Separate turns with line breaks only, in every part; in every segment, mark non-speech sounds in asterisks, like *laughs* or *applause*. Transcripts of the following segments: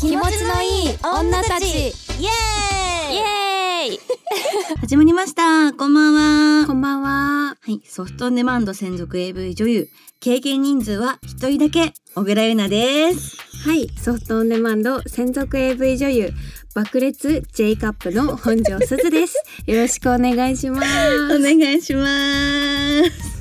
気持ちのいい女たちイエーイ
イエーイ
始まりました。こんばんは。
こんばんは
はい、ソフトオンデマンド専属 AV 女優。経験人数は一人だけ。小倉優奈です。
はいソフトオンデマンド専属 AV 女優爆裂 J カップの本庄すず *laughs* ですよろしくお願いしま
お
す
願いしま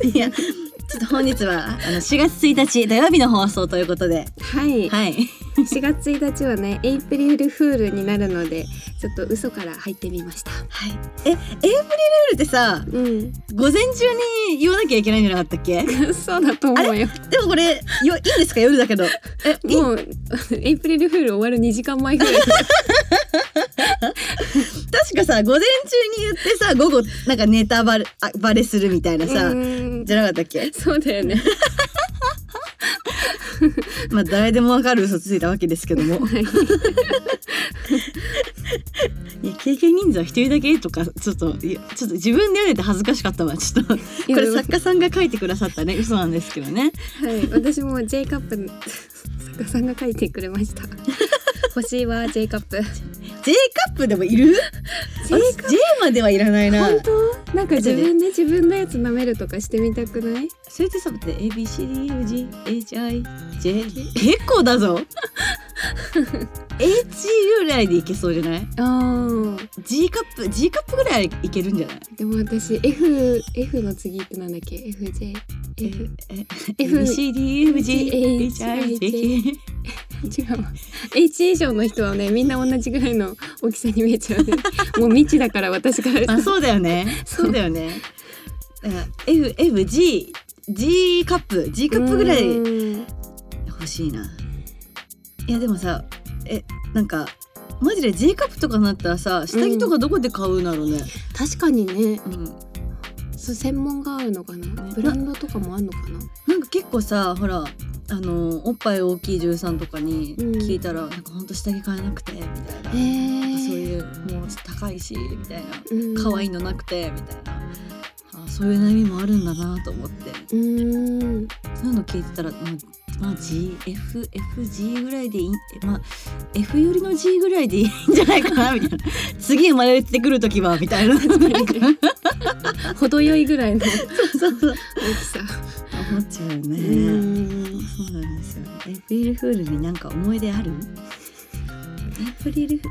す。いや、ちょっと本日は、あの、4月1日土曜日の放送ということで。
はい、
はい。
4月1日はねエイプリルフールになるのでちょっと嘘から入ってみました
はい。え、エイプリルフールってさ、
うん、
午前中に言わなきゃいけないんじゃなかったっけ
そうだと思うよ
でもこれ、よ、いいんですか夜だけど。え、い
もうエイプリルフール終わる2時間前ぐらい
確かさ、午前中に言ってさ、午後、なんかネタバレ、あバレするみたいなさ、
うん
じゃなかったっけ
そうだよね
まあ誰でもわかる嘘ついたわけですけど *laughs* も。
*laughs*
いや経験人数は一人だけとかちょっといやちょっと自分で読んでて恥ずかしかったわ *laughs* ちょっとこ
や
れ作家さんが書いてくださったね嘘なんですけどね。
はい、私も J カップの *laughs* 作家さんが書いてくれま *laughs* した。欲しいわ J カップ。
J カップでもいる J,
J カッ
J まではいらないな。
本当？なんか自分で自分のやつ舐めるとかしてみたくない？
それってさって ABCDUGHIJ 結構だぞ H ぐらいでいけそうじゃない
ああ。
G カップ G カップぐらいいけるんじゃない
でも私 F F の次ってなんだっけ？FJ。F F
FCDFGHIJK
違うわ H 以上の人はねみんな同じぐらいの大きさに見えちゃうね
*laughs*
もう未知だから私からした
あ
ら
そうだよね *laughs* そうだよね FFGG カップ G カップぐらい
うん
欲しいないやでもさえなんかマジで G カップとかなったらさ下着とかどこで買うんだろうね、
確かにね
うん
そう専門があるのかな
ね
ブランドとかもあるのかな
なんか結構さほらあのおっぱい大きい13とかに聞いたら、なんかほんと下着買えなくてみたいな、
へえ
そういうもう高いしみたいな
うん
可愛いのなくてみたいなあそういう悩みもあるんだなと思って
うーん
*laughs*
*laughs*
そういうの聞いてたらまあ、まあ、GFFG ぐらいでいいまあ F よりの G ぐらいでいいんじゃないかなみたいな次生まれてくる時はみたい
*laughs*
ななんか
程よいぐらいの大
そうそう
きさ。
思っちゃうよね。
うん
そうなんですよ。エイプリルフールになんか思い出ある？エイプリルフ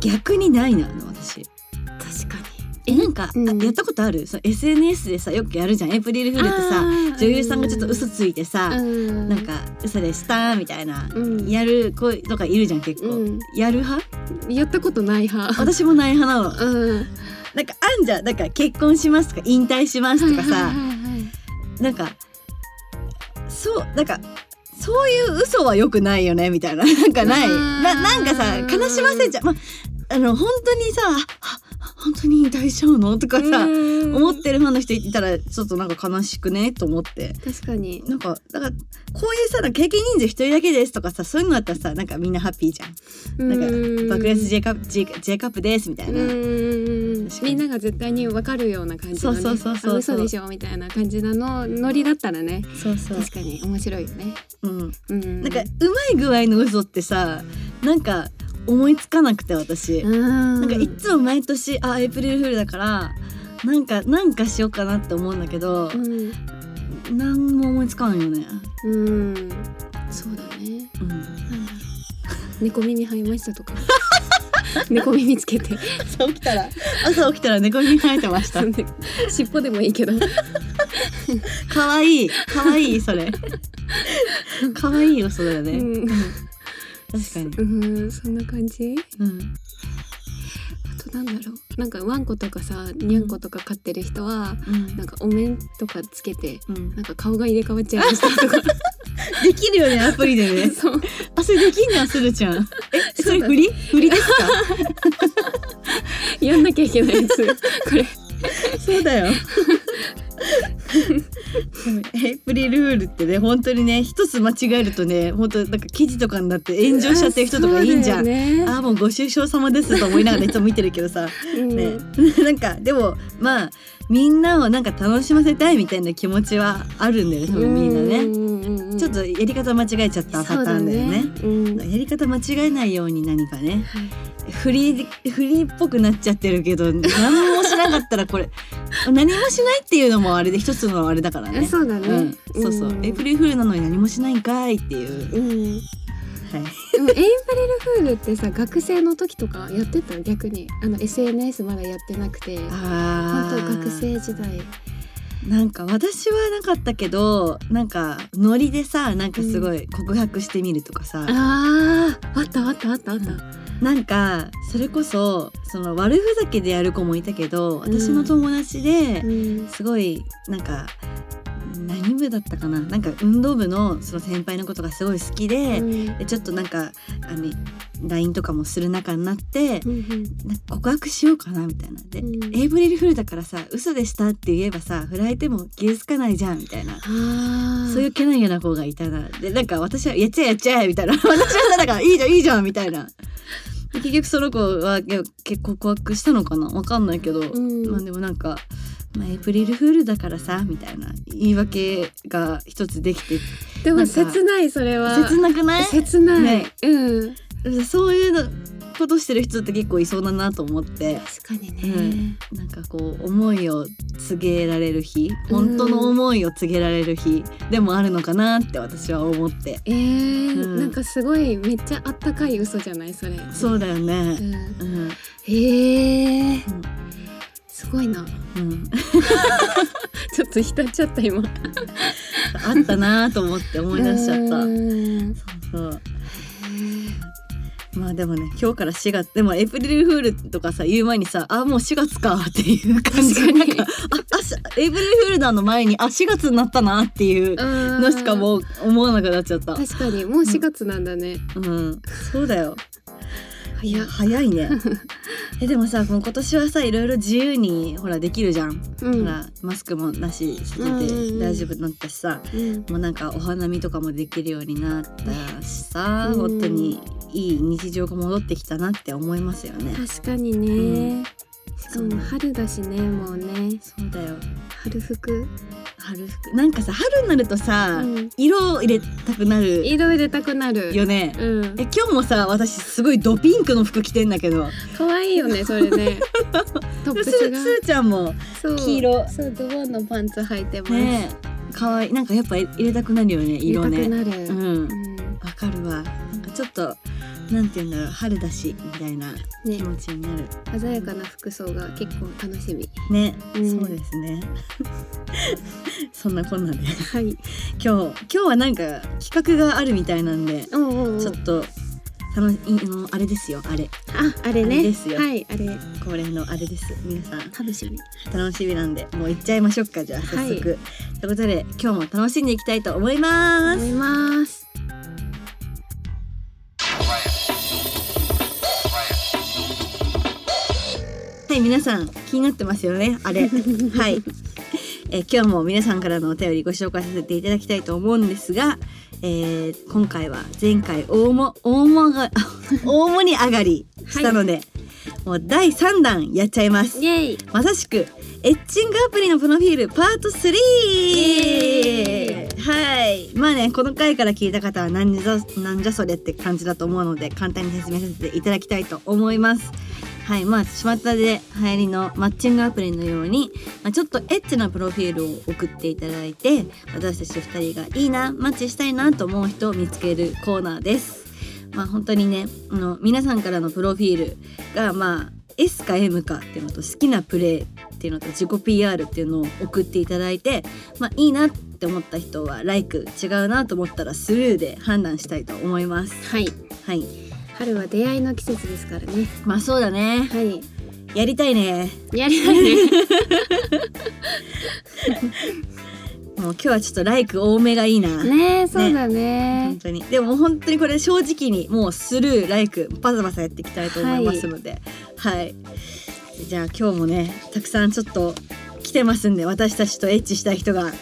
逆にないなあの私。
確か
えなんか、あ
うん
やったことある？その SNS でさよくやるじゃん。エイプリルフー
に。
ルってさ
あー
女優さんがちょっと嘘ついてさ、
うん
なんか嘘でしたみたいな、
うん
やる子とかいるじゃん結構。
うん
やる派？
やったことない派。
私もない
*laughs*
派なの。
うん。
なんかあんじゃんなんか結婚しますとか引退しますとかさ。
はいはいはいはい
なんかそうなんかそういう嘘は良くないよねみたいななんかない
あー
ななんかさ悲しませちゃう、まあの本当にさあ本当に引退しちゃうのとかさ、
うん
思ってるファンの人いたらちょっとなんか悲しくねと思って
確かに。
なんかだからこういうさなんか経験人数一人だけですとかさそういうのだったらさなんかみんなハッピーじゃん。なんか爆裂 J カップ J, J カップですみたいうな。
ん
確かに
みんなが絶対にわかるような感じのね。
そうそうそうそう
あ嘘でしょみたいな感じなのノリだったらね。
そうそう。
確かに面白いよね。
うん。
うん。
なんかうまい具合の嘘ってさなんか思いつかなくて私。
うん。
なんかい
うん
つも毎年あエイプリルフールだからなんかなんかしようかなって思うんだけど、なん、何も思いつかないよね。
うん。そうだね。
うん、
なんだろ *laughs* う猫耳生えましたとか *laughs* 猫耳つけ
*laughs*
て
朝起きたら朝起きたら猫に生えてました。
尻尾でもいいけど
可愛い可愛いそ *laughs* れ。可愛いよそれだね。
うん
確かに。
うんそんな感じ
うん。
あとなんだろうなんかワンコとかさニャンコとか飼ってる人は
うん
なんかお面とかつけて
うん
なんか顔が入れ替わっちゃいましたとか
できるよねアプリで *laughs* ね。
そう
あ *laughs* それできんじゃんするちゃん。えそ
そう
れ
だ
振り振りですか？
やんなきゃいけないやつこれ
*laughs* そうだよ。 *laughs* エイプリルフールってね本当にね一つ間違えるとね本当なんか記事とかになって炎上しちゃってる人とかいいんじゃ
あ
ん。あーもう *laughs* ご愁傷様ですと思いながらいつも見てるけどさ、
そうだよね
ね、なんかでもまあみんなをなんか楽しませたいみたいな気持ちはあるんだよね多分みんなね
ね
ちょっとやり方間違えちゃったパターンだよね
うん
やり方間違えないように何かね
はい
フリーフリーっぽくなっちゃってるけど何もしなかったらこれ何もしないっていうのもあれで一つのあれだからね。
そうだね、
うん、そうそう、
うん
エイプリルフールなのに何もしないんかいっていう、
うん
はい、
でもエイプリルフールってさ学生の時とかやってた逆にあの SNS まだやってなくて
あ
本当
ー
学生時代
なんか私はなかったけどなんかノリでさなんかすごい告白してみるとかさ、
あーあったあったあったあった、
なんかそれこそその悪ふざけでやる子もいたけど
うん
私の友達で
うん
すごいなんか何部だったかななんか運動部のその先輩のことがすごい好きで,、
うん
でちょっとなんかあの LINE とかもする仲になって、
うん
なんか告白しようかなみたいなで、
うん
エイブリルフールだからさ嘘でしたって言えばさ振られても気づかないじゃんみたいな、
あー
そういうけなげな子がいたなでなんか私は「やっちゃえやっちゃえ」みたいな *laughs* 私はさだから「いいじゃんいいじゃん」みたいなで結局その子はけ結構告白したのかなわかんないけど、
ん
まあでもなんか。まあ、エイプリルフールだからさみたいな言い訳が一つできて
で
な
も
んか
切ないそれは
*laughs* 切なくない
切ない
ね
うん
そういうのことしてる人って結構いそうだなと思って
確かに
う
ね
ん、なんかこう思いを告げられる日本当の思いを告げられる日でもあるのかなって私は思って
えー
うん
なんかすごいめっちゃあったかい嘘じゃないそれ
そうだよね
うん、
うん
へえすごいな
うん、 *laughs*
ちょっと浸っちゃった今
あったなと思って思い出しちゃった
うん
そうそうまあでもね今日から4月でもエイプリルフールとかさ言う前にさあもう4月かっていう感じ
確か
がな
に
んかああしエイプリルフールなの前にあ4月になったなっていうのしかもう思わなくなっちゃった、
確かにもう4月なんだね、
うん、そうだよ
いや
早
*laughs*
いねえでもさもう今年はさいろいろ自由にほらできるじゃん、
うん
ほらマスクもなしして
うんうんう
て
ん
大丈夫になったしさ、
うん
もうなんかお花見とかもできるようになったしさ、
うん
本当にいい日常が戻ってきたなって思いますよね、
確かにね、
う
しかも春だしねもうね
そうだよ
春服、
春服なんかさ春になると
う
さ、
ん、
色を入れたくなる
色入れたくなる
よね
うん
え、今日もさ私すごいドピンクの服着てんだけど
可愛いよねそれ
*laughs*
ねトップ
す
ス
ー
が
すーちゃんも
そう
黄色
そうズボンのパンツ履いてます、
ね可愛いなんかやっぱ入れたくなるよね
入れ
色
た
ね
くなる、
う
うん
んわかるわなんかちょっとなんて言うんだろう春だしみたいな気
ね
持ちになる
鮮やかな服装が結構楽しみ
ね、
うん
そうですね *laughs* そんなこんなで
はい
今日今日はなんか企画があるみたいなんで
おうおうおう
ちょっと楽しいあのあれですよあれ
ああれね
あれですよ
はいあれ
恒例のあれです皆さん
楽しみ
楽しみなんでもう行っちゃいましょうかじゃあ早速、
はい
ということで今日も楽しんでいきたいと思います
思います
はい、皆さん気になってますよね、
*laughs*
あれ。はい。えー今日も皆さんからのお便りご紹介させていただきたいと思うんですが、えー今回は前回大も大もが *laughs* 大もに上がりしたので、もう第3弾やっちゃいます。
イエイ
まさしくエッチングアプリのプロフィールパート
エ
3はいまあねこの回から聞いた方は何じゃなんじゃそれって感じだと思うので簡単に説明させていただきたいと思いますはいまあ巷で流行りのマッチングアプリのように、まあ、ちょっとエッチなプロフィールを送っていただいて私たち2人がいいなマッチしたいなと思う人を見つけるコーナーですまあ本当にねあの皆さんからのプロフィールがまあ S か M かっていうのと好きなプレーっていうのと自己 PR っていうのを送っていただいて、まあ、いいなって思った人は「like」違うなと思ったらスルーで判断したいと思います。
はい
はい、
春は出会いの季節ですからね
まあそうだね
はい
やりたいね
やりたいね
もう今日はちょっと「like」多めがいいな。
*laughs* ねえそうだね
本当にでも本当にこれ正直にもうスルーライクパサパサやっていきたいと思いますのではい、じゃあ今日もねたくさんちょっと来てますんで私たちとエッチしたい人が
はい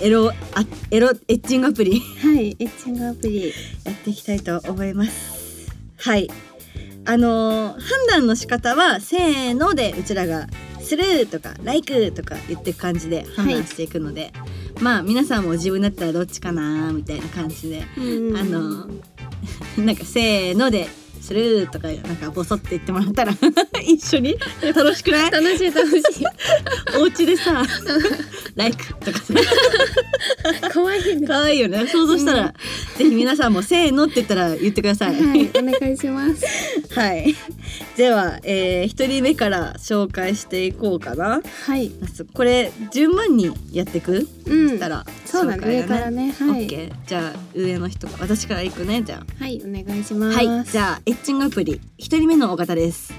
エロあエロエッチングアプリ *laughs*
はいエッチングアプリ
やっていきたいと思いますはいあのー判断の仕方はせーのでうちらが「せするとか「like」とか言ってく感じで判断していくので、まあ皆さんも自分だったらどっちかなみたいな感じで、
うん
あのなんか「せーの」で「する」とかなんかボソって言ってもらったら *laughs* 一緒に楽しくない
楽しい楽しい
お家で
*laughs*
さ「like」とかさ
怖いね
可愛いよね想像したら、ぜひ皆さんも「せーの」って言ったら言ってください。
はいお願いします
はい。では、えー、一人目から紹介していこうかな。
はい
これ順番にやってく？
うん
したら
そうだね上
紹介
から。ね
オ
は
ッ
い
ケー。じゃあ上の人から私から行くねじゃ
はいお願いし
あ。
ます
はい。じゃあエッチングアプリ一人目のお方です。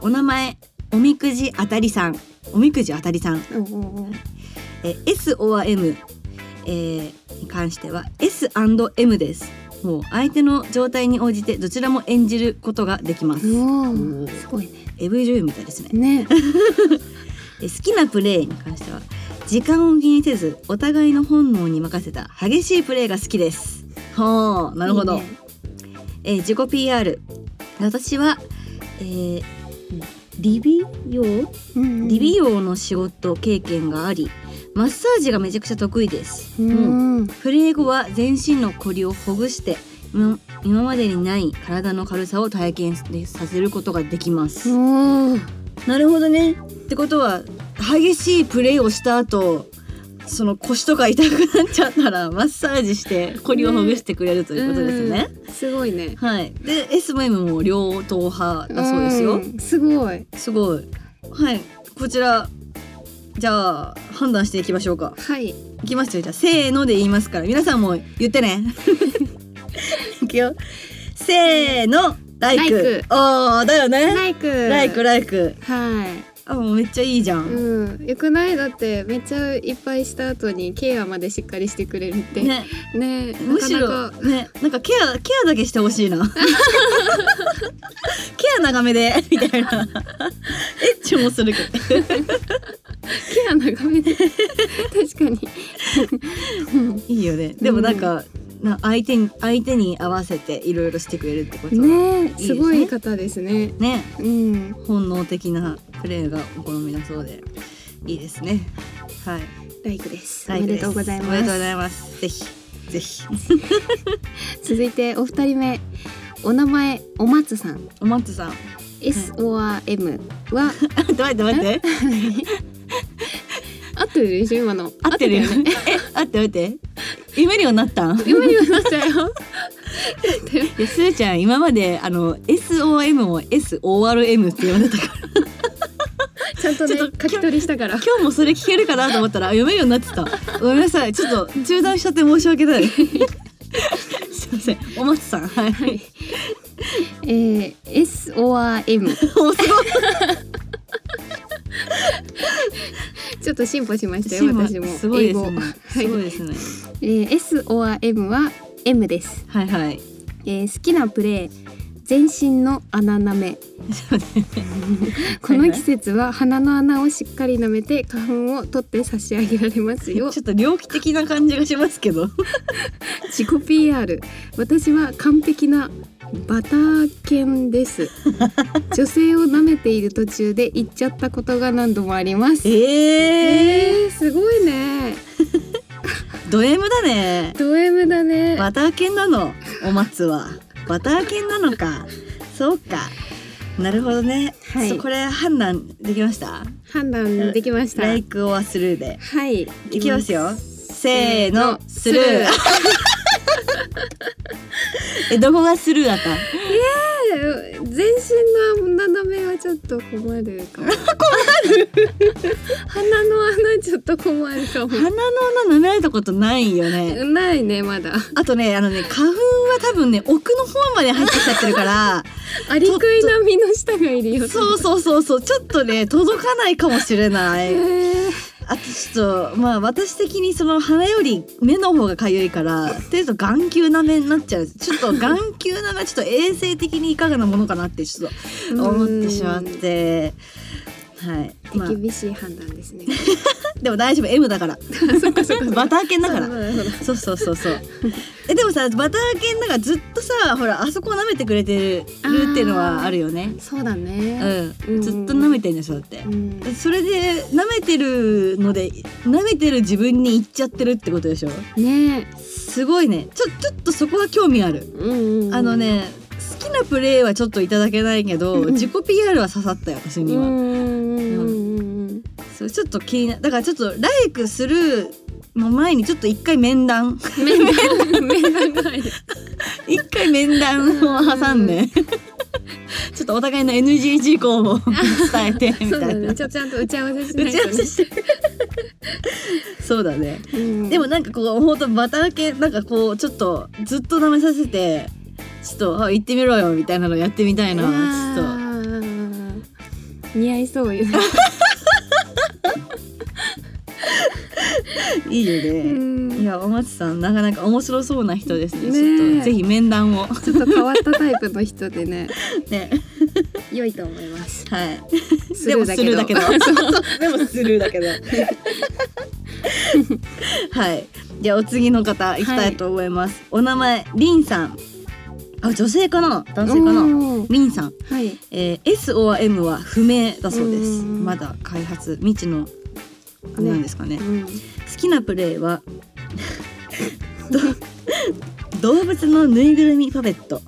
お名前おみくじあたりさん。おみくじあたりさん。
おうおうおう
えー、S or M、えー、に関しては S and M です。もう相手の状態に応じてどちらも演じることができます。
お
お
ー
ー
すごいね
AV 女優みたいですね。
ね
で好きなプレーに関しては時間を気にせずお互いの本能に任せた激しいプレーが好きです。はあなるほど。
いいね
えー自己 PR 私は、えー理美容
うんうん
理美容の仕事経験がありマッサージがめちゃくちゃ得意です。
うん
プレー後は全身のコリをほぐして今今までにない体の軽さを体験させることができます。
おー
なるほどね。ってことは激しいプレーをした後その腰とか痛くなっちゃったらマッサージしてコリをほぐしてくれるということですね。
うんすごいね
はい。で S も M も両党派だそうですよ。
んすごい
すごい。はい。こちらじゃあ判断していきましょうか。
はい
いきますよじゃあせーので言いますから皆さんも言って *laughs* ねいくよせーのライ
ラ
ク
イク
ああだよね
ライク
ライクライク
は
あもうめっちゃいいじゃ
い
ん、
うんよくないだってめっちゃいっぱいした後にケアまでしっかりしてくれるって
ね
ね
むしろ
なかなか
ねなんかケアケアだけしてほしい *laughs* なケア長めでみたいなエッチもするけど
ケア長 *laughs* めで確かに
いいよねでもなんか、な相手に相手に合わせていろいろしてくれるってこと
ね
すね
すごい方ですね
ね
うん
本能的なプレーがお好みだそうでいいですねはい
ライクですお
ライ
め
ク
ですとうござい
おめ
ま
でとうご
す
ざいますぜひぜひ
続いてお二人目お名前お松さん
おまつさん *laughs*
S or M は
待って待って待って
合ってるでしょ今の
合ってるよ
合
ねえ待って待って夢にはなった *laughs* んい
今にも *laughs* なっちゃうよ
やすーちゃん今まであの SOM を SORM って呼んでたから
ちゃんとね
ちょっ
書
と
き取りしたから
今日もそれ聞けるかなと思ったらあ読めるようになってたごめんなさいちょっと中断しちゃって申し訳ない *laughs* すいませんおまつさんはい、
はい。えー、S or M
*laughs* おすごい
ちょっと進歩しました
す
よ
ごい
私も
すごいで
英
す
語
ねすごいですね
えー、S or M は M です、
はいはい
えー、好きなプレー全身の穴舐めこの季節は鼻の穴をしっかり舐めて花粉を取って差し上げられますよ
ちょっと猟奇的な感じがしますけど
自己 PR 私は完璧なバター犬です女性を舐めている途中で行っちゃったことが何度もあります
ええ
えー、すごいね
ド M だね
ド M だね
バター犬なのお松はバター犬なのかそうかなるほどね、
はい
そうこれ判断できました
判断できました
ライクオアスルーで
はい
いきますよせーのス
ス
ル
ル
ー
ー
えどこがスルーだった
全身の斜めはちょっと困るか
*laughs*
も困る鼻の穴ちょっと困るか
鼻の穴舐められたことないよね
もないねまだ
あとねあのね花粉は多分ね奥の方まで入ってきちゃってるから
アリクイ並みの下がいるよ
そうそうそうそうちょっとね届かないかもしれない
えー
あとちょっとまあ私的にその鼻より目の方が痒いからとりあえず眼球なめになっちゃうちょっと眼球なめはちょっと衛生的にいかがなものかなってちょっと思ってしまってはい、まあ *laughs*
厳しい判断ですね。
でも大丈夫 M だから
そっかそっか
バター犬だから
そうそうそう
そうそうそうそう *laughs* えでもさバター犬だからずっとさほらあそこを舐めてくれてるっていうのはあるよね
そうだ
う
ね、
ん、
うん
ずっと舐めてるんでしょだって
う、ん
それで舐めてるので舐めてる自分に行っちゃってるってことでしょ
ね
すごいねちょちょっとそこは興味ある
え、うんうん、
あのね好きなプレーはちょっといただけないけど
うん
自己 PR は刺さったよ私
うん
に
う
は、
んうんうん
そうちょっと気になだからちょっとライクするの前にちょっと一回面談
面談面談が入る
一回面談を挟んでちょっとお互いの NG 事項
*laughs*
を伝えてみ
そう
た
だ
いな
ねちょちゃんと打ち合わせし
打
ない
ち合わ
と、ね
せ、してそうだね
うん
でもなんかこう本当バター系なんかこうちょっとずっと舐めさせてちょっとあ行ってみろよみたいなのやってみたいなちょっと
と似合いそうよね
いいよ
う
ね。い
ん
や、お松さん、なかなか面白そうな人ですね。
ね
ち
え
ょっと、ぜひ面談を。
ちょっと変わったタイプの人でね
ね。
良いと思います
はい。
ス
で
ル
も、
ーだ
す
け
る
ど
だけど。 *laughs* でも、するだけど。 *laughs* はい。じゃあ、お次の方、行きたいと思います。お名前、りんさん。あ、女性かな男性かな
おー
りんさん。
はい
えー、S or M は不明だそうで
う
す。
ん
まだ開発、未知の、あれなんですかね。
うん
好きなプレイは *laughs* ど動物のぬいぐるみパペット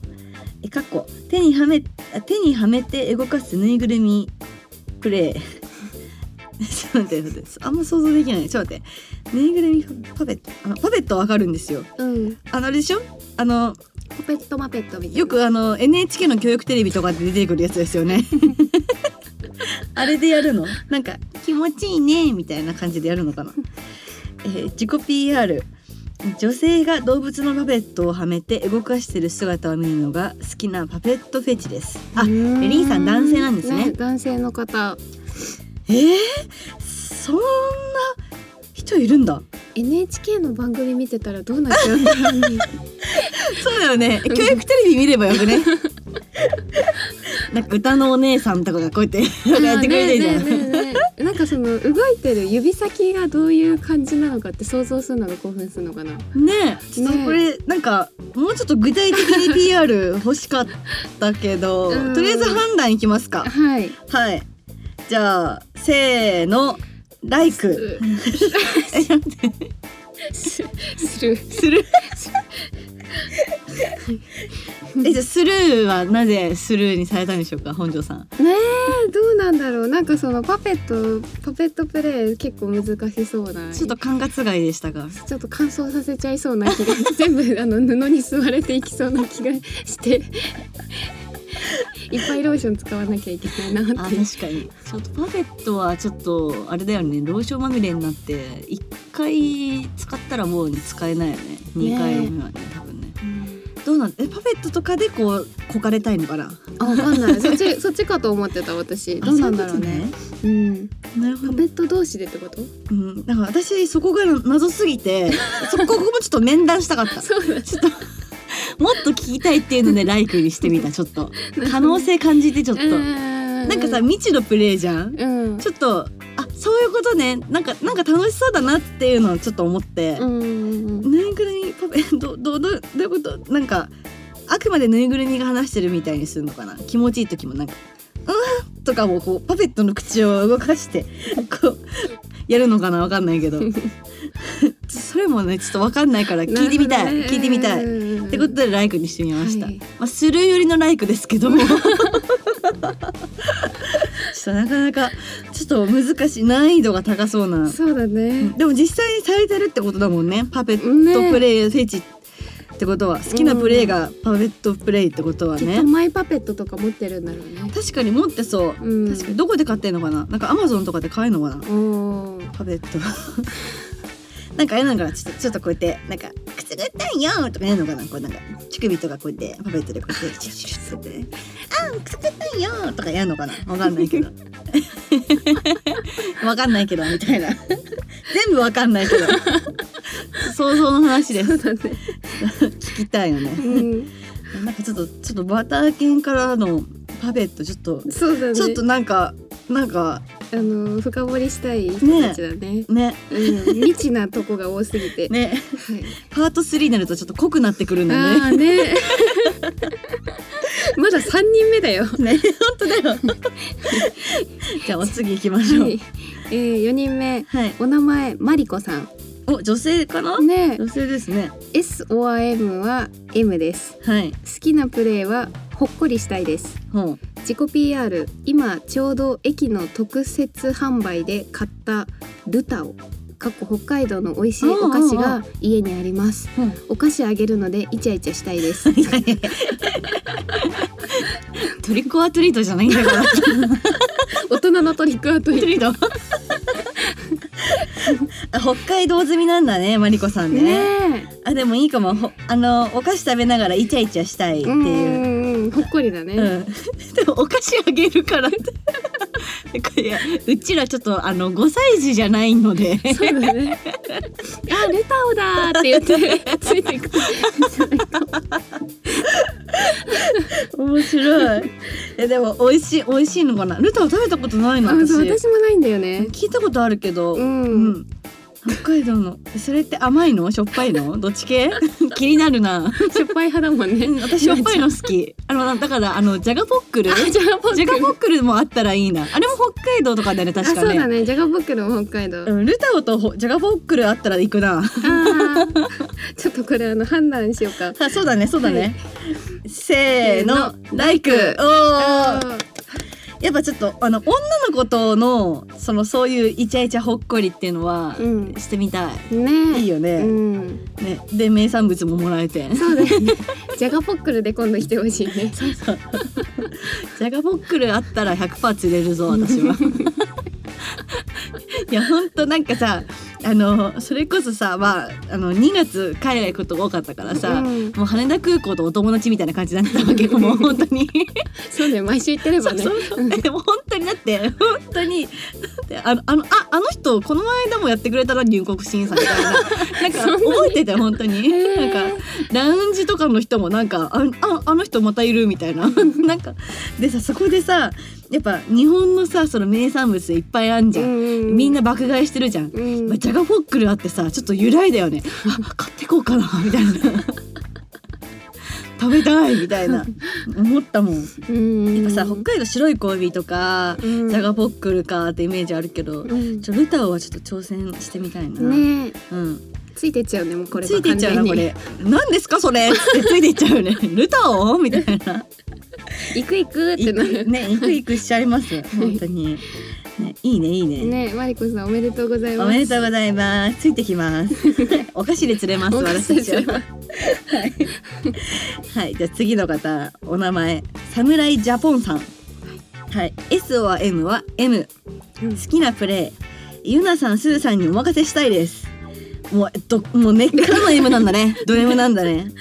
えかっこ手にはめあ手にはめて動かすぬいぐるみプレイちょっと待って待ってあんま想像できないちょっと待ってぬいぐるみパパペットあのパペットわかるんですよ
うん
あのあれでしょあの
パペットマペットみたいな
よくあの NHK の教育テレビとかで出てくるやつですよね *laughs* あれでやるのなんか気持ちいいねみたいな感じでやるのかな、えー自己 PR 女性が動物のパペットをはめて動かしてる姿を見るのが好きなパペットフェチですあ
うーん
えリンさん男性なんですね
男性の方
えー、そんな人いるんだ
NHK の番組見てたらどうなっちゃうんだろうね
そうだよね *laughs* 教育テレビ見ればよく *laughs* ねなんか歌のお姉さんとかがこうやってやってくれてるじゃん、
ねえねえねえなんかその動いてる指先がどういう感じなのかって想像するのが興奮するのかな
ねえちょっとこれ、なんかもうちょっと具体的に PR 欲しかったけど
うん
とりあえず判断いきますか
はい
はいじゃあせーの「ライクえ待って
すする」
するえじゃあスルーはなぜスルーにされたんでしょうか本庄さん
ねえどうなんだろうなんかそのパペットパペットプレイ結構難しそうな
ちょっと管轄外でしたが
ちょっと乾燥させちゃいそうな気が *laughs* 全部あの布に吸われていきそうな気がしていっぱいローション使わなきゃいけないな
あ
っていう
確かにちょっとパフェットはちょっとあれだよねローションまみれになって一回使ったらもう使えないよね二回目はね多分ねどうなんえパフェットとかでこうこかれたいのかな
あわかんないそっちそっちかと思ってた私どうなんだろうねうん
なるほ
パ
ど
ペ、ット同士でってこと
うん、なんか私そこが謎すぎてそこここもちょっと面談したかった
そうだ
ちょっと *laughs* もっと聞きたいっていうのでライクにしてみたちょっと可能性感じてちょっとな
なん
かさ未知のプレイじゃん
うん
ちょっとあそういうことねなんかなんか楽しそうだなっていうのをちょっと思って、
うんうんうん
ぬいぐるみパペ *laughs* どどどどういうことなんかあくまでぬいぐるみが話してるみたいにするのかな気持ちいい時もなんか「うわ」とかもこうパペットの口を動かして *laughs* こうやるのかなわかんないけど
*laughs*
それもねちょっとわかんないから聞いてみたい、聞いてみたい。ってことでライクにしてみました。
はい
まあスルー寄りのライクです
*laughs*
けども。ちょっとなかなかちょっと難しい難易度が高そうな
そうだね
でも実際にされてるってことだもんねパペットプレイフェチってことは好きなプレイがパペットプレイってことは
きっ
ね
とマイパペットとか持ってるんだろうね
確かに持ってそう
うん
確かにどこで買ってんのかななんかアマゾンとかで買えるのかな
おー
パペットなんかあれなんかなちょっとちょっとこうやってなんか「くすぐったんよ!」とかやるのかなこうなんか乳首とかこうやってパペットでこうやってシュッシュッシュッってね「あーくすぐったんよ!」とかやるのかなわかんないけどわかんないけどみたいな全部わかんないけど想像の話です
そうだね
聞きたいよね
うん
なんかちょっとちょっとバター犬からのパペットちょっと
そうだね
ちょっとなんかなんか
あの深掘りしたい人たちだね。
ね
うん、未知なとこが多すぎて。
ね
はい。
パート3になるとちょっと濃くなってくるんだね
ああ
*laughs*
ね。まだ三人目だよ。は
ね本当だよ *laughs* じゃあお次行きましょうはい、
い。えー、四人目。お名前マリコさん。
お女性かな、
*laughs* ね
女性ですね
S O M は M です。
はい
好きなプレーはほっこりしたいです。
ほう
自己 PR 今ちょうど駅の特設販売で買ったルタオかっこ北海道の美味しいお菓子が家にあります
うん
お菓子あげるのでイチャイチャしたいです *laughs*
トリコアトリートじゃないんだ *laughs* から
大人のトリックアート
*laughs* トリート北海道済みなんだねマリコさんね
ね
あでもいいかもほあのお菓子食べながらイチャイチャしたいっ
え
て
うんう
いう。
んうんほっこりだ
う
ね、
ん、 *laughs* でもお菓子あげるからって *laughs* これうちらちょっとあの5歳児じゃないので
そうだ
*laughs*
ねあルタオだーって言ってついて
*laughs*
いく
面白 *laughs* いえでも美味しい美味しいのかなルタを食べたことない
あ
の
そう
私
私もないんだよね
聞いたことあるけど、
うん、
うん北海道のそれって甘いのしょっぱい *laughs* のどっち系気になるな
しょっぱい派だもん
うん
ね
私しょっぱいの好き *laughs* あのだからあのジャガポックル
あ
ジ
じゃがポックル
ャガポックルもあったらいいなあれも北海道とかだね
あ
確
そ
か
うだ
ね
ねじゃがポックルも北海道
うんルタオとほジャガポックルあったら行くな
あー *laughs* ちょっとこれあの判断しようか。
あ *laughs* そうだねそうだね、 *laughs* せーのライクおーやっぱちょっとあの女の子とのそのそういうイチャイチャほっこりっていうのは
う、ん。
してみたいいい
ねえ。
よ
う
ね,、
ん。
ねで名産物ももら
*laughs*
えて
そう
*laughs*
だよね。ジャガポックルで今度来てほしいね。
ジャガポックルあったら100%釣れるぞ私
*laughs*
は。いやほんとなんかさあのそれこそさまああの2月海外行くことが多かったからさ、
うん
もう羽田空港とお友達みたいな感じになってたわけよもう本当に
そうだよ毎週行ってれ
*laughs* そ
ば
う
ね。
そうそうでも本当にだって本当にだってあのあのああの人この間もやってくれたら入国審査みた *laughs* いななんか覚えてたよ本当に、
へー
なんかラウンジとかの人もなんかあああの人またいるみたいな *laughs* なんかでさそこでさやっぱ日本のさその名産物いっぱいあんじゃん、
う
みん。な爆買いしてるじゃん、
うん
まあ、。ジャガフォックルあってさちょっと揺らいだよねあ買ってこうかなみ *laughs* たいな食べたいみたいな思ったもん
うん
やっぱさ北海道白い恋人とか、
うん
ジャガポックルかってイメージあるけど、
うん
ちょルタオはちょっと挑戦してみたいな、
ねえ
うん、
ついてっちゃうねもうこれ
ついてっちゃうな
完
こ
全に
れ何ですかそれってついてっちゃうよねルタオみた
*laughs*
いな
行く行くってな
行
る
く。ね行く行くしちゃ
*laughs*
います本当に、ね、いいねいいね
ねえマリコさんおめでとうございま
お
す。
めでとうございますついてきます
*laughs*
お菓子で釣れます
お菓
私
子で
たち
釣
は
れま
はい、はい、じゃあ次の方お名前サムライジャポンさんはい、S は M は M
うん
好きなプレーユナさんスーさんにお任せしたいですもうえっともう根っからの M なんだねド M なん
*laughs*
だね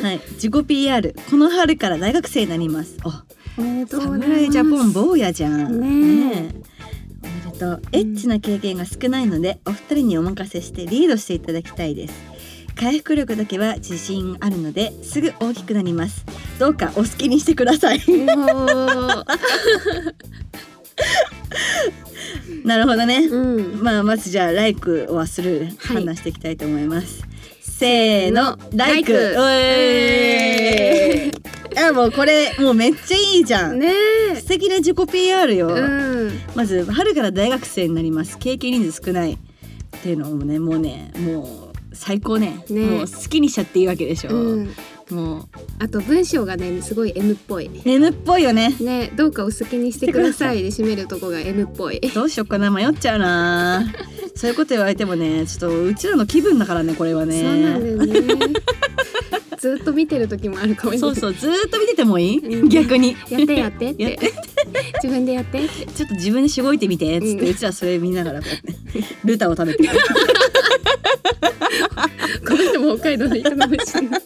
はい自己 PR この春から大学生になりますあ
おめでとうございます。
侍ジャポン坊やじゃん
ねえ
えおめでとうエッチな経験が少ないので、お二人にお任せしてリードしていただきたいです回復力だけは自信あるのですぐ大きくなりますどうかお好きにしてください *laughs*
も
なるほどね、
う。うん。
まあまずじゃあライクはする
はい
判断していきたいと思います。せーのライク。
ライク
おえー、あもうこれもうめっちゃいいじゃん。
ねえ
素。敵な自己 PR よ。
うん。
まず春から大学生になります。経験人数少ないっていうのもねもうねもう最高ね
ね
もう好きにしちゃっていいわけでしょ。
うん。
もう
あと文章がねすごい M っぽい。
M っぽいよね。
ね、どうかお好きにしてくださ *laughs* いで締めるとこが M っぽい。
どうしよっかな迷っちゃうな。 *laughs* そういうこと言われてもねちょっとうちらの気分だからねこれはね。
そうなんだよ *laughs* ね。ずっと見てる時もあるかもしれ
そ
な
う
い。
そうずーっと見ててもい
うん
い逆に
やってやってっ。
やって
自分でやってって。
*laughs* ちょっと自分でしごいてみてっつって、う
うん
ちらそれ見ながらこうやってルタを食べて
この人も北海道の人かもしれ *laughs* ない。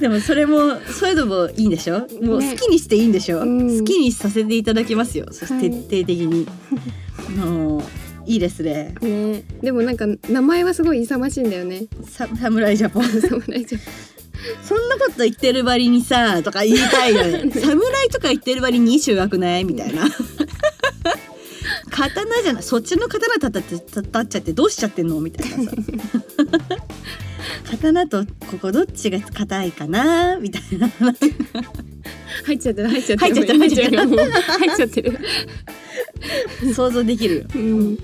でもそれもそういうのもいいんでしょもう
ね
好きにしていいんでしょ、
うん
好きにさせていただきますよそし
は
て
い
徹底的
*laughs*
に、もういいですね
*laughs* ね、でもなんか名前はすごい勇ましいんだよね。
ササムライジャポン
侍じゃん。
そんなこと言ってるばりにさとか言いたいよね
*laughs*
侍とか言ってるばりに衣装くないみたいな *laughs* 刀じゃないそっちの刀たたってたたっちゃってどうしちゃってんのみた
*laughs*
いなさ刀とここどっちが硬いかなみたいな
入っちゃってる入っちゃってる
入っちゃってる
もう入っちゃってる
想像できるよ
うん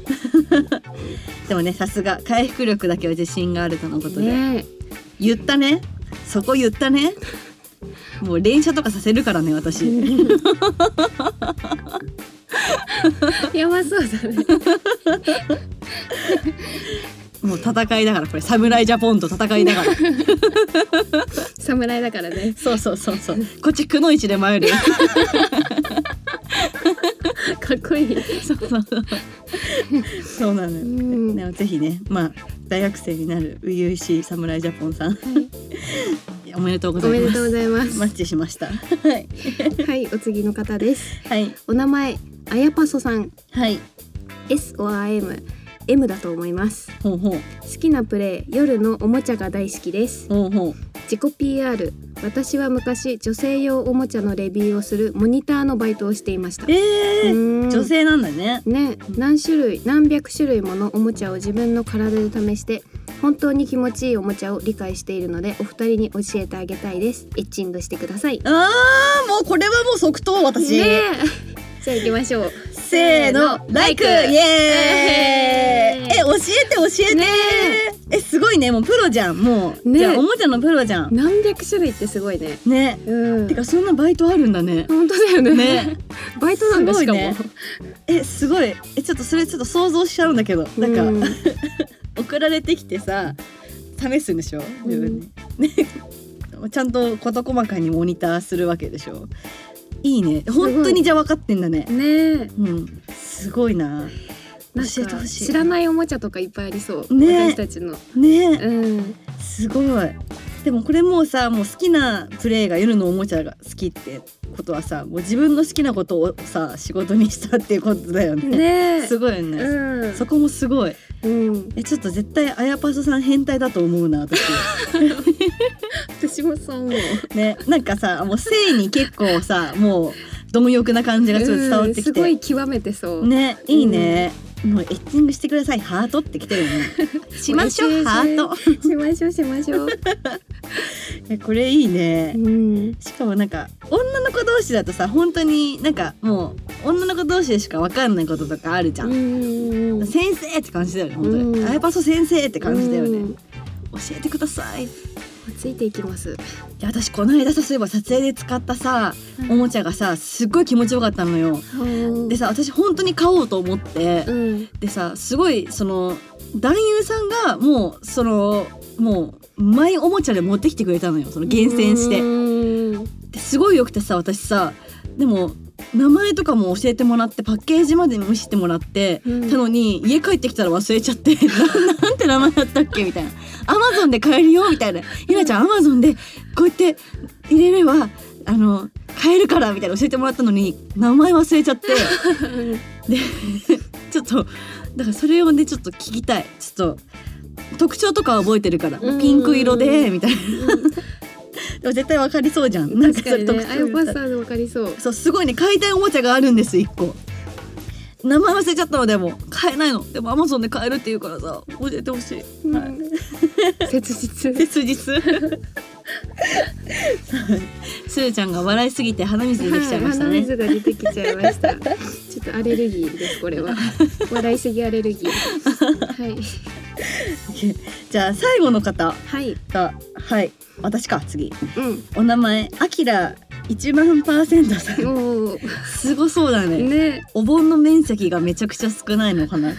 でもねさすが回復力だけは自信があるとのことで、
ね
言ったねそこ言ったねもう連射とかさせるからね私、
え *laughs* やばそうだね
もう戦いだからこれ侍ジャポンと戦いだから
侍だからね
*laughs* そうそうそうそうこっちくの一で迷 *laughs* える
かっこいい
そうそうそうなのよ、
うん
でもぜひねまあ大学生になる初々しい侍ジャポンさん、おめでとうご
お
ざ
め
いま
でとうご
す
ざいま
マ
す
ッチしましたはい
はいお次の方です
はい
お名前あやぱそさん
はい
S or M M だと思います
ほうほう
好きなプレイ夜のおもちゃが大好きです
ほうほう
自己 PR 私は昔女性用おもちゃのレビューをするモニターのバイトをしていました
えー
女
女性なんだね
ね
ん
何種類何百種類ものおもちゃを自分の体で試して本当に気持ちいいおもちゃを理解しているのでお二人に教えてあげたいですエッチングしてください
あーもうこれはもう即答私、
ね *laughs* えじゃあ行きましょう
せーの、ライクイエーイえ、教えて教えて、
ね
え、すごいね、もうプロじゃん、もう。
ね
じゃあ、おもちゃのプロじゃん。
何百種類ってすごいね
ね。
うん
てか、そんなバイトあるんだね。
本当だよね
ね
*laughs* バイトなんだ、
す
し
ご
か
い
も
ねえ、すごい。え、ちょっとそれちょっと想像しちゃうんだけど。なんか、
うん
送られてきてさ、試すんでしょ自分で。ね。ちゃんと事細かにモニターするわけでしょいいね。
ごい
本当にじゃあ分かってんだね。
ねえ
うん。すごいな。
なん
教えて
か
ほしい
知らないおもちゃとかいっぱいありそう、
ね
私たちの
ね
うん
すごいでもこれもうさもう好きなプレイが夜のおもちゃが好きってことはさもう自分の好きなことをさ仕事にしたっていうことだよね
ねえ
すごいよ
う
ね、
ん
そこもすごい
うん
えちょっと絶対あやぱそさん変態だと思うな私
私もそう思う
*laughs* ねなんかさもう性に結構さもう貪欲な感じがすごい伝わって
うんす
き
ご
て、
い極めてそう、
ねいいね、もうエッチングしてくださいハートってきてるよ *laughs* ねしましょうハート
しましょうしましょう。
えこれいいね
うん。
しかもなんか女の子同士だとさ本当になんかもう女の子同士でしか分かんないこととかあるじゃん、
ん
先生って感じだよね本当に、
うん
あやぱそ先生って感じだよね、
うん
教えてくださいい
ついていきます。
や私この間さそういえば撮影で使ったさおもちゃがさすっごい気持ちよかったのよでさ私本当に買おうと思って、
うん。
でさすごいその男優さんがもうそのもうマイおもちゃで持ってきてくれたのよその厳選して
うん
ですごいよくてさ私さでも名前とかも教えてもらってパッケージまで見せてもらって、
うん
たのに家帰ってきたら忘れちゃって「 *laughs* ななんて名前だったっけ?」みたいな「アマゾンで買えるよ」みたいな「ゆなちゃんアマゾンでこうやって入れればあの買えるから」みたいな教えてもらったのに名前忘れちゃってちょっとだからそれをねちょっと聞きたいちょっと特徴とかは覚えてるから
うん
ピンク色でみたいな。 *laughs* でも絶対わかりそうじゃん。なんか
確
そ
か
れ
に
特
ね。
徴
アイパスターわかりそう。
そうすごいね買いたいおもちゃがあるんです一個名前忘れちゃったのでも買えないのでもアマゾンで買えるっていうからさ教えてほしいは
う
い
ん切実。
切 *laughs* 実すーちゃんが笑いすぎて鼻水できちゃいました
は鼻
ね、
水が出てきちゃいました。ちょっとアレルギーですこれは。笑いすぎアレルギ
*laughs*
ー。はい
じゃあ最後の方
はい。
がはい私か次
う
お名前あきら1万パーセントさ
ん。
ん
おお。
すごそうだね
ね。
お盆の面積がめちゃくちゃ少ないのかな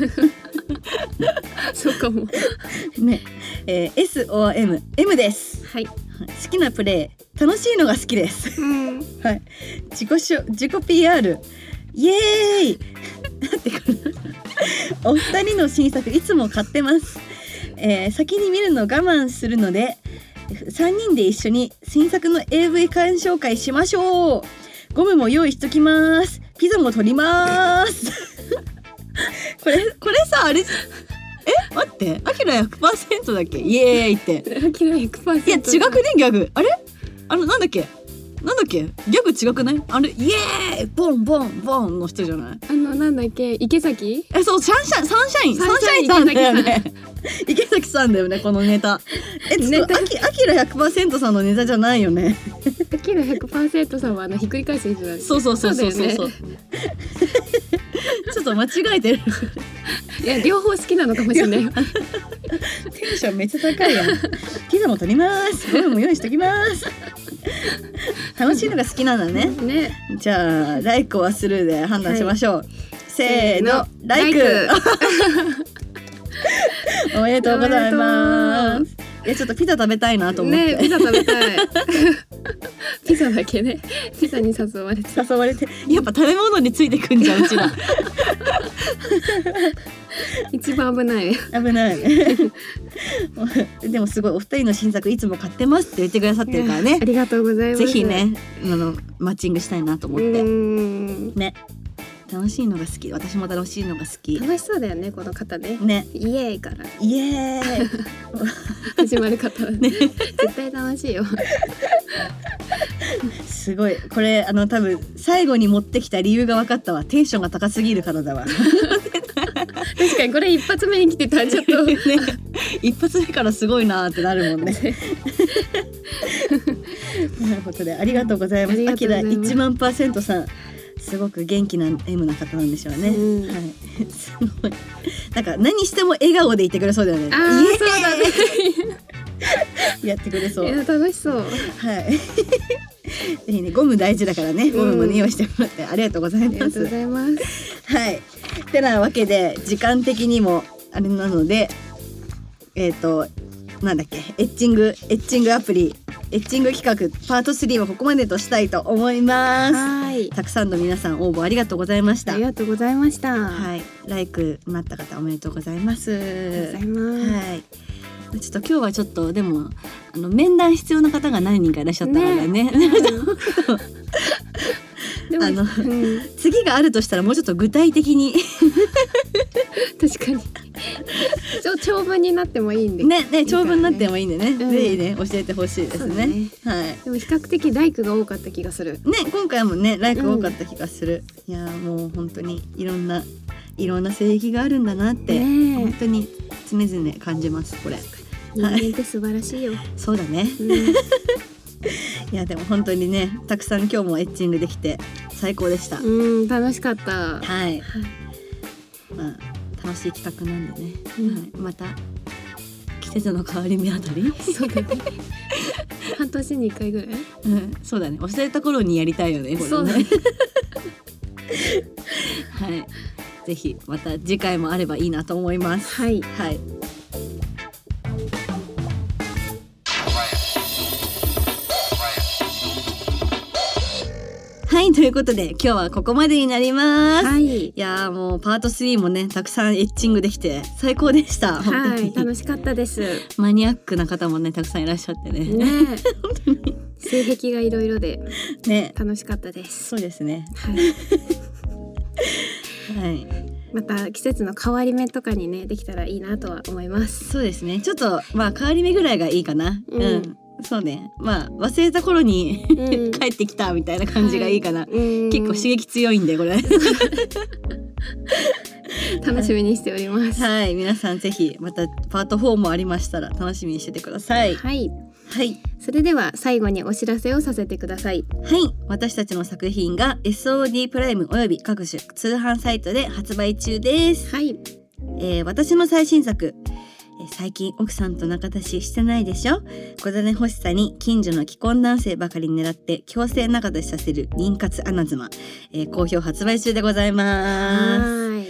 そうかも。
ね、えー、S or M M です
はい。
はい好きなプレイ楽しいのが好きです
うん。
はい、自己しょ自己 PR イエーイ *laughs* なんてこれお二人の新作いつも買ってます、えー先に見るの我慢するので3人で一緒に新作の AV 鑑賞会しましょうゴムも用意しときます *laughs* ピザも取りますこれこれさあれえ待ってアキラ100%だっけイエーイって
アキラ100%
いや違くねギャグあれあのなんだっけなんだっけギャグ違くないあれイエーイボンボンボンの人じゃない
あのなんだっけ池崎
えそうシャンシャンサンシャインサ
サ
ン
ン
シ
シ
ャ
ャ
イ
イ
ン
ン
さんだよね池崎さんだよねこのネタえちょっと
ネタ
アキアキラ100%さんのネタじゃないよね
アキラ100%さんはあのひっくり返す人だね
そうそうそうそうそう
そ
そうう、ちょっと間違えてる
いや両方好きなのかもしれないよ
テンションめっちゃ高いやんピザも取りますご飯も用意しときます楽しいのが好きなんだね
*laughs* ね
じゃあライクはスルーで判断しましょう、せーのライク
ライ
おめでとうございますいやちょっとピザ食べたいなと思って、
ねピザ食べ
*laughs*
たいピザだけねピザに誘われて
誘われてやっぱ食べ物についてくんじゃんうちら
一番危ない
*laughs* 危ない *laughs* でもすごいお二人の新作いつも買ってますって言ってくださってるから
いや
ね
ありがとうございます
ぜひねあのマッチングしたいなと思
う
って、
ーん
楽しいのが好き私も楽しいのが好き
楽しそうだよねこの方ね
ね
イエーイから
イエーイ
始まる方はね絶対楽しいよ
すごいこれあの多分最後に持ってきた理由が分かったわテンションが高すぎるか
*laughs*
らだわ
確かにこれ一発目に来てたらち
*laughs*
ょっと
ね一発目からすごいなーってなる
*laughs*
もんねなるほどでありがとうございま
あり
す
が
あ
と
き
うござ
ら
います
1万パーセントさんすごく元気な M な方なんでしょうね、
うん
はい *laughs* すごいなんか何しても笑顔でいてくれそうだよね
あー
イエーイ
そうだね
やってくれそう
いや楽しそう
はい。 *laughs* ぜひね、ゴム大事だからね、ゴムもね、
うん
用意してもらって、ありがとうござい
ありが
ま
とう
す。
ございます
はい。てなわけで、時間的にも、あれなので。えっ、と、なんだっけ、エッチング、エッチングアプリ、エッチング企画、パート3はここまでとしたいと思いま
はい
す。たくさんの皆さん、応募ありがとうございまし
あ
た
り。がとうございました、
はい、ライクなった方、おめでとうございます。
ありがとうございます、
はい。ちょっと今日はちょっとでもあの面談必要な方が何人かいらっしゃったからね *laughs*
でも
あの
うん
次があるとしたらもうちょっと具体的に
確かにちょ長文になってもいいんで
ねね長文になってもいいんでね
うん
ぜひね教えてほしいです
そうだ
ね
ね
はいね
でも比較的大工が多かった気がする
今回もねライク多かった気がする、いやーもう本当にいろんないろんな性癖があるんだなって、
ね
本当に常々感じますこれ
人間って素晴らしい
*laughs*
よ、
そうだね
うん
いやでも本当にねたくさん今日もエッチングできて最高でした、
うん楽しかった。
はい
はい
まあ楽しい企画なんでね、
うん
はい、また季節の変わり目あたり、
そうだね。半年に一回ぐらい。
うん、そうだね忘れた頃にやりたいよねこれね
そうだね。
はい。ぜひまた次回もあればいいなと思います。
はい。
はい。はい、ということで今日はここまでになります。い、
はい。
やーもうパート3もねたくさんエッチングできて最高でした。本当
は
に
い、楽しかった
*laughs*
です。ね
マニアックな方もねたくさんいらっしゃって
え
ね。
性癖がいろいろで
ね。
楽しかったです。
そうですね。
はい。
はい。
また季節の変わり目とかにねできたらいいなとは思います。
そうですね。ちょっとまあ変わり目ぐらいがいいかな。う。
うんん
そうね。まあ忘れた頃に
うん
帰ってきたみたいな感じがいいかな。
うん
結構刺激強いんでこれ。
楽しみにしております。は
*laughs* はい。皆さんぜひまたパート4もありましたら楽しみにしててください。
い。
はい。はい。
それでは最後にお知らせをさせてください。
私たちの作品が SOD プライムおよび各種通販サイトで発売中です。
はい。
えー私の最新作、えー最近奥さんと仲出ししてないでしょ小金欲しさに近所の既婚男性ばかり狙って強制仲出しさせる妊活アナズマ、えー好評発売中でございま
は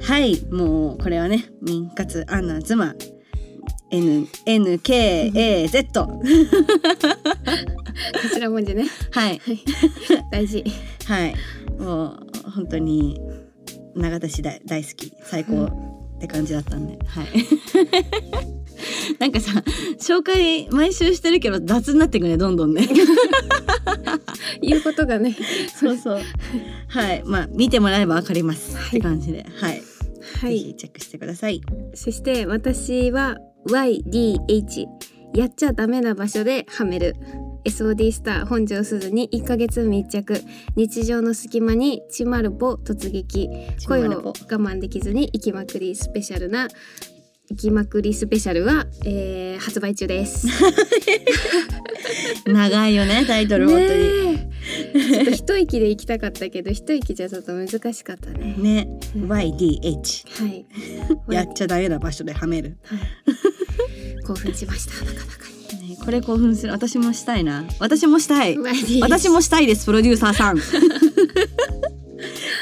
すはいもうこれはね妊活アナズマ N- NKAZ
い。頭文字ね。
はい
大
*laughs*
事。
はいもう本当に長田氏大大好き最高って感じだったんで、はいなんかさ紹介毎週してるけど雑になってくねどんどんね
言うことがね。
そうそうはいまあ見てもらえばわかります、
はい
って感じではい
はい
ぜひチェックしてください。
そして私は YDH やっちゃダメな場所ではめる SOD スター本庄すずに1ヶ月密着日常の隙間にちまるぼ突撃声を我慢できずに行きまくりスペシャルな行きまくりスペシャルは、えー発売中
*laughs*
です。
長いよねタイトル本当に。
えちょっと一息で行きたかったけど一息じゃちょっと難しかったね。
ね
うん
YDH
はい。
やっちゃダメな場所ではめる。
はい興奮しましたなかなかに。
ねこれ興奮する私もしたいな私もしたい。
YDH
私もしたいですプロデューサー *laughs* さんい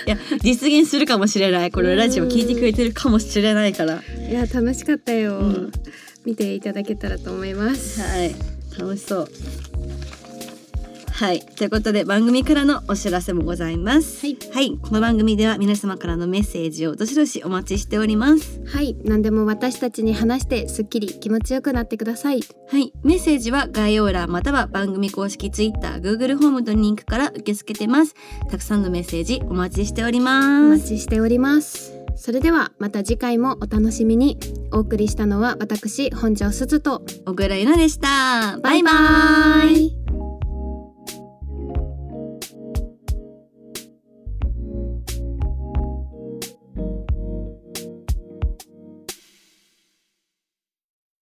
や実現するかもしれないこれラジオ聞いてくれてるかもしれないからはい
や楽しかったよ、
うん
見ていただけたらと思います
い楽しそうはいということで番組からのお知らせもございます
はい、
この番組では皆様からのメッセージをどしどしお待ちしております
はい何でも私たちに話してすっきり気持ちよくなってください
はいメッセージは概要欄または番組公式 TwitterGoogle ホームのリンクから受け付けてますたくさんのメッセージお待ちしており
お
ま
待
す
ちしておりますそれではまた次回もお楽しみにお送りしたのは私本庄すずと
小倉優奈でしたバイバ
バ
イ
イ